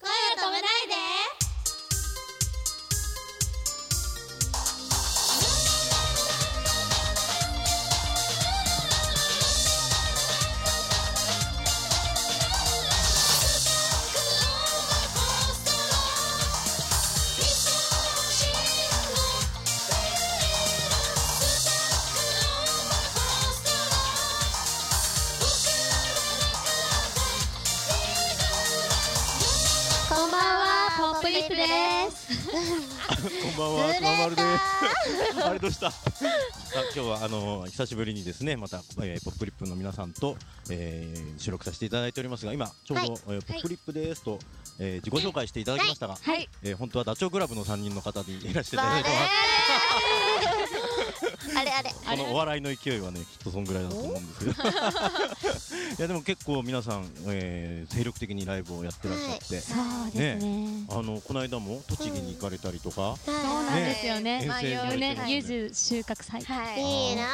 ないでこんばんはポップリップですこんばんは、ずくれたままるです。 あれどうした。あ、今日はあの久しぶりにですね、また、えーポップリップの皆さんと、えー収録させていただいておりますが、今ちょうど、はいえーポップリップですと、えー自己紹介していただきましたが、はい、えー本当はダチョウ倶楽部の三人の方でいらしていたあだいれてます。あれあれこのお笑いの勢いはね、きっとそんぐらいだと思うんですけど。い やでも結構皆さん、えー精力的にライブをやってらっしゃって、そうですね。あのこの間も栃木に行かれたりと か、そうそうなんですよね。ね遠征四は年いゆず収穫祭。いいな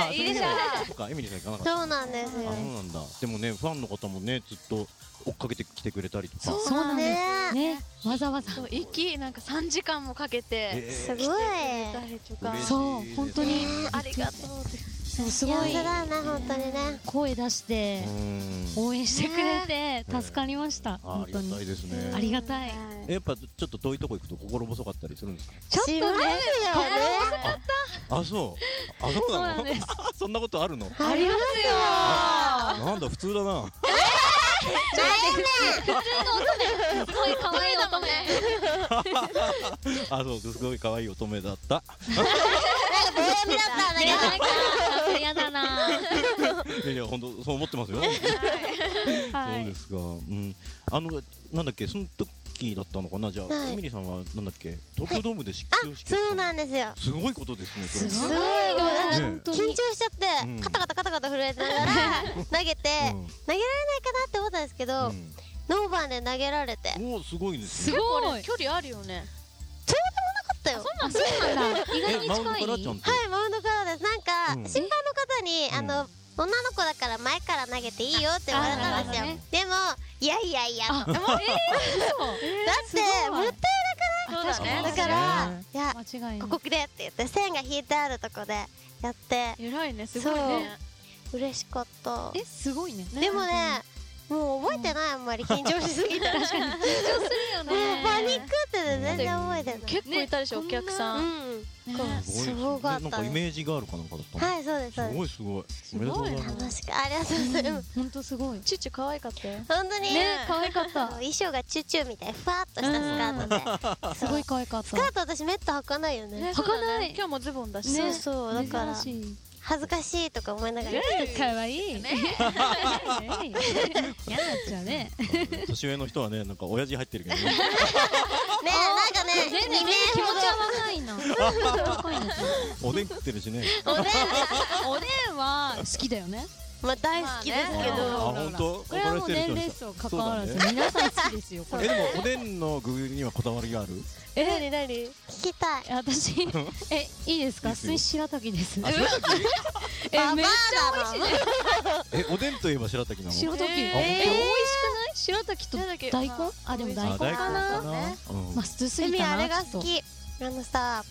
あ、いいじゃん。そっか、エミリーさん行かなかった。そうなんですよあそうなんだでもねファンの方もねずっと追っかけてきてくれたりとかそうそうなんですねね。わざわざ。そう息なんか3時間もかけてすごいい歌えとか嬉しいそう、本当に。ありがとうってそう、すご幸いせだね本当にね声出して応援してくれて助かりました。あ本り当がたいに。ですあねりがたい。えやっぱちょっと遠いとこ行くと心細かったりするんですかちょっとしますよね。ねあそうあそうそうななのんです。 そんなことあるのありますよ。なんだ普通だなすごい可愛い音ね。あそうすごい可愛い乙女だった なんかド M だったんだけどなんか嫌だな。いやいや本当そう思ってますよはそうでい。すかうんあのなんだっけその時だったのかなじゃはあいエミリーさんはなんだっけ東京ドームで始あ球式そうなんんですよすごいことですねそれすごすいごいよね本当緊張にし。ちゃって、うんカタカタカタカタ震えながら投げて、うん投げられないかなって思ったんですけど、うんノーバンで投げられて勝っおーすごいですすね。ごい。距離あるよねたよあそうなんだ。意外え、にマウンド近い。からちゃんと。はいマウンドからですなんか、うん審判の方にあの、女の子だから前から投げていいよって言われたんですよ、あなるほでもいやいやいやだってえもすごいったそだうねいだから、ねいや嘘。間違いなこい。こでって言って線が引いてあるとこでやって偉いねすごいね嬉しかったえ、すごいね。でもねもう覚えてないあんまり緊張しすぎて確かに緊張するよもう ね。パニックってね全然覚えてない。結構いたでしょ、ねお客さん、構ねすごいですねすごかったなんかイメージガールかなんかだったうん。の。はい、そうです。そうすでごいすごい。おごめいでなとうござす。楽います。しく、ありがとうございうんます。本当すごい。チュチュ可愛かったよ本当に。ね、可愛かっあのた。衣装がチュチュみたい、ふわっとしたスカートで。 すごい可愛かっスた。カート、私めった履かないよね。そうだね今日もズボンだし、そうそう、だから珍。しい。恥ずかしいとか思いながら。可愛い。ね。嫌になっちゃうね。年上の人はね、なんか親父入ってるけどね。ね、なんかね、全然2名気持ちほど。は若いな。若いな。おでん食ってるしね。おでん、おでんは好きだよね。まあ、大好きですあけまど。本当。これはもう年齢層関わらず皆さん好きですよ。これ。え、でもおでんの具にはこだわりがある。え、になに聞きたい。私えいいですいいか？っすよ水白滝です。あ白滝えババアめっちゃ美味しい。え、おでんといえば白滝なの。白滝。えーえ美味しくない？白滝となんだっけ大根まあ？あでも大あ根かな。大根うんまあ普通すエぎミ、たあれながちょ好っと。き。あのさ、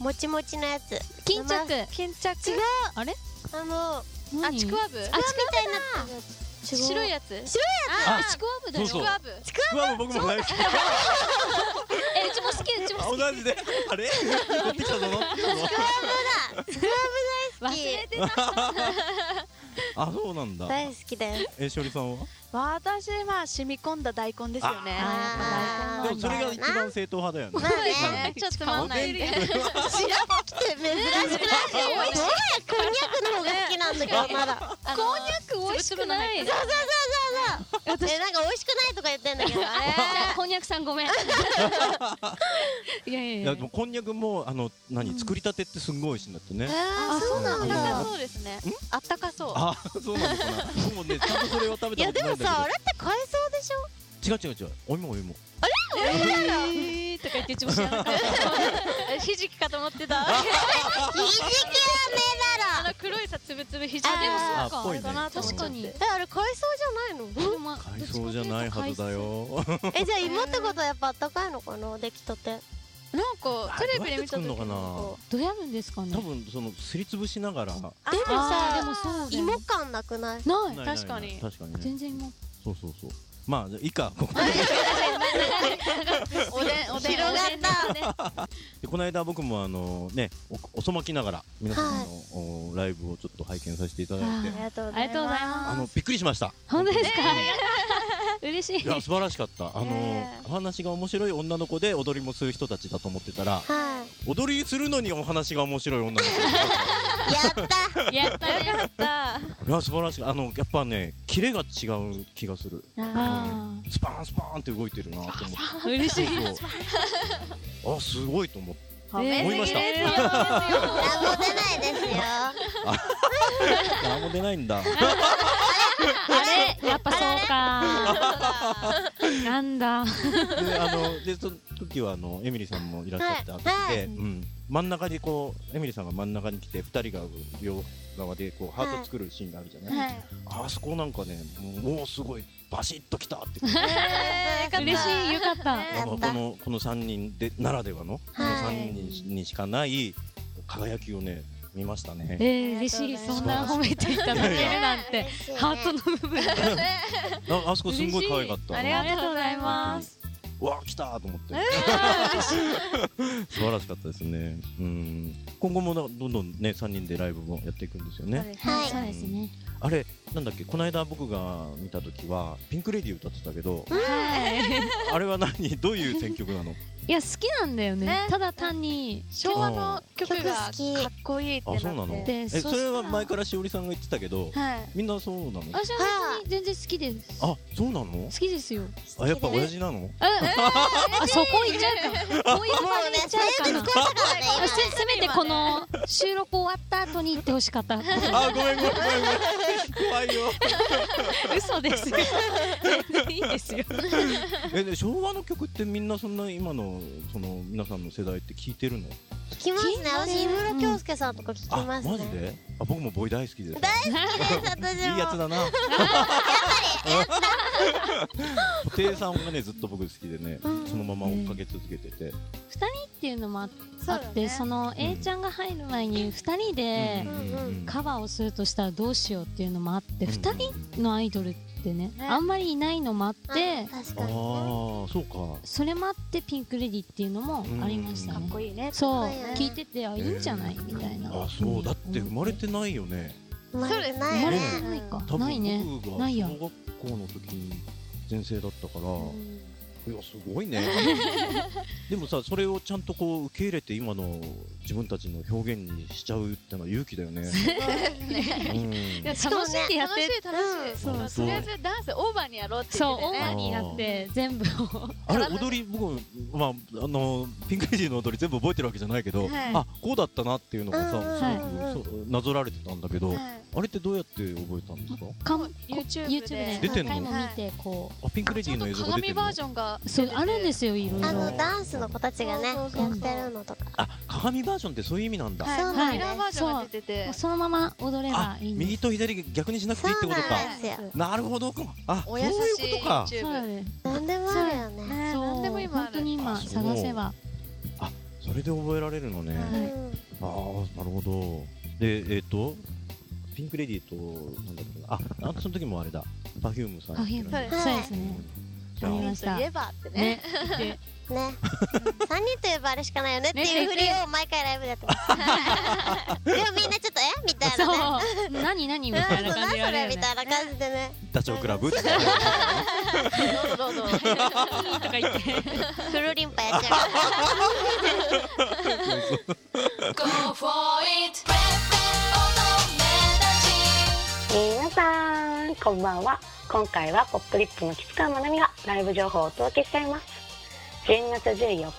もちもちのやつ。巾着。巾着違うあれ？あの、あちくわぶあ、ちくわみたいになってるやつ。白いややつあちくわぶだそよう。そうちくわぶちくわも僕も大好き。えうちも好きうちも好き。同じで。あ れ。持ってきたぞ。持ってきたぞ忘れてた。あ、そうなんだつ。。大好きだよ。え、しおりさんは。私まあ染み込んだ大根ですよねあでーも、それが一番正統派だよね。まあね。ちょっとつまんないね白滝って珍しくない美味しいこんにゃくの方が好きなんだけどまだこんこんにゃく美味しくない。つぶつぶの入っじゃえなんか美味しくないとか言ってんだけどあれあこんにゃくさんご めん。いやいや いいややで。もこんにゃくもあの何作りたてってすんごい美味しいんだってね。あそうなあんったかだそうですねあったかそうあ、そうなのかな。もうねちゃんとそれは食べいやたこでとないもんださあれって海藻でしょけど。違う違う違う。お芋お芋。えーとか言ってうちも知らなかったひじきかと思って たひじきはあ目だろの黒いさつぶつぶひじきあでもそうあっぽいねかなと思っ確ちゃかってにえあれ海藻じゃないの海藻じゃないはずだよ。えじゃあ芋ってことはやっぱあったかいのかなできたてなんかテレビで見た時どうやって作んのかなこうどうやるんですかね多分そのすりつぶしながら。でもあーでもさそうだよね芋感なくないないないないない確かに確かにね。全然もそうそうそう。まあいいか。ここおでんおでん広がったでこの間僕もあのねおおそまきながら皆さんの、おライブをちょっと拝見させていただいてありがとうごありがとうございあまのすびっくりしました。本当ですか嬉しいいや素晴らしかった。あの、ねお話が面白い女の子で踊りもする人たちだと思ってたらは踊りするのにお話が面白い女の子。いやったやったねやったいや素晴らしい。あのやっぱねキレが違う気がする。あスパーンスパーンって動いてるなと思って。ー嬉しいそうあすごいと思って褒め思いましたすぎですよ何も出ないですよ何も出ないんだあれやっぱそうかなんだであのでその時はあのエミリーさんもいらっしゃってあって、はいはいうん、真ん中にこうエミリーさんが真ん中に来て二人が両側でこうハート作るシーンがあるじゃない、はいあそこなんかねもうもうすごいバシッときたってえー嬉しいよかったねあのこのこの3人でならではの、この3人にしかない輝きをね見ましたねえー嬉しいそんな褒めていただけるなんてハートの部分 ああそこすんごい可愛かった嬉しいありがとうございますうわ来たと思って、 素晴らしかったですねうん今後もなどんどんね3人でライブもやっていくんですよねはいそうですねあれなんだっけこの間僕が見た時はピンク・レディー歌ってたけどはいあれは何どういう選曲なのいや好きなんだよねねただ単に昭和の曲がかっこいいってなあってそうなのでえそしたそられは前からしおりさんが言ってたけどはいみんなそうなの私は別に全然好きですあそうなの好きですよあやっぱ親父なのあそこ行っちゃうかこういうも場うにね行っちそゃれうかでな作ったからねあせせめてこの収録終わった後に行ってほしか ったあごめんごめんごめんごめん怖いよ嘘ですよ全然いいです よえで昭和の曲ってみんなそんな今のその皆さんの世代って聞いてるの聞きますね私井村京介さんとか聞きあますマジねであ僕もボーイ大好きです大好きです 私もいいやつだな。布袋さんがねずっと僕好きでね、うんそのまま追っかけ続けてて、っていうのもあっそうあだってねその A ちゃんが入る前に2人でカバーをするとしたらどうしようっていうのもあって2人人のアイドルってねねあんまりいないのもあってあ確あかにねあそうかそれもあってピンク・レディっていうのもありましたかねっこいいねそうかっこいいね聞いててあいいんじゃないみたいなあそうだって生まれてないよね生まれてな生いまよれねてないか多分ないね僕がない小や学校の時に全盛だったから、いやすごいねでもさそれをちゃんとこう受け入れて今の自分たちの表現にしちゃうってのは勇気だ よね、 ういんや楽かしもねんでやっ楽しいて楽しいそうまあとりあえずダンスオーバーにやろうってそうオ言ってーバーねになって全部をあれ踊り僕まああのピンク・レディーの踊り全部覚えてるわけじゃないけど、はいあこうだったなっていうのがさ、うんすごくそうなぞられてたんだけど、はいあれってどうやって覚えたんですかかもう YouTube で YouTube で出てん何の回も見てこあピンク・レちデょィっーの映と像が出て鏡るのバージョンがうそうあるんですよいろいろああのダンスの子たちがねやそうってそうそうるのとかあ鏡バージョンってそういう意味なんだ、はそうなんいミですラーバージョンが出ててもうそのまま踊ればあいいんで右すと左逆にしなくていいってことそうかなんですよなるほどあそおう優しいういことか YouTube そうだねねなんでもあるよね何でも今あ本る当に今あそう探せばそれで覚えられるのね、はうんいああなるほどでえっ、とピンク・レディーとなんだっけなああその時もあれだ Perfume さんパフュームそうですそうですねいやありましとたいえばってねねで ね三人といえばあれしかないよねっていうふりを毎回ライブでやってます でもみんなちょっとえみたいそう なね何何みうんたいなそう感じで言わそれれるみねたいな感じでねダチョウ倶楽部ってどうぞどうぞいい とか言ってフルリンパやっちゃうえー皆さんこんばんは今回はポップリップの吉川まなみがライブ情報をお届けしちゃいます12月14日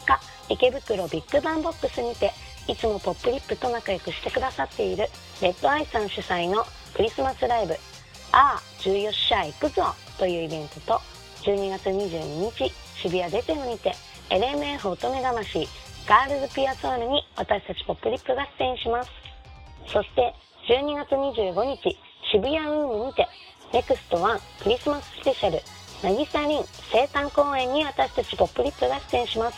池袋ビッグバンボックスにていつもポップリップと仲良くしてくださっているレッドアイさん主催のクリスマスライブ「ああ14社行くぞ」というイベントと12月22日渋谷デテオにて LMF 乙女魂ガールズピアソウルに私たちポップリップが出演しますそして12月25日渋谷ウームにて NEXT1 クリスマススペシャル渚凛生誕公演に私たちポップリップが出演します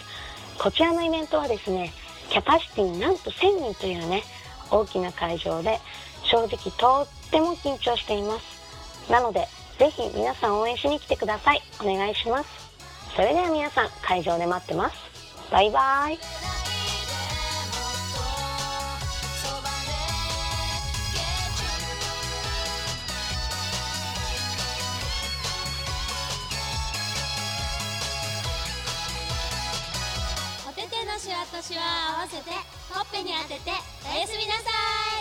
こちらのイベントはですねキャパシティなんと1000人というね大きな会場で正直とっても緊張していますなのでぜひ皆さん応援しに来てくださいお願いしますそれでは皆さん会場で待ってますバイバイお手手のシワとシワを合わせてほっぺに当てておやすみなさい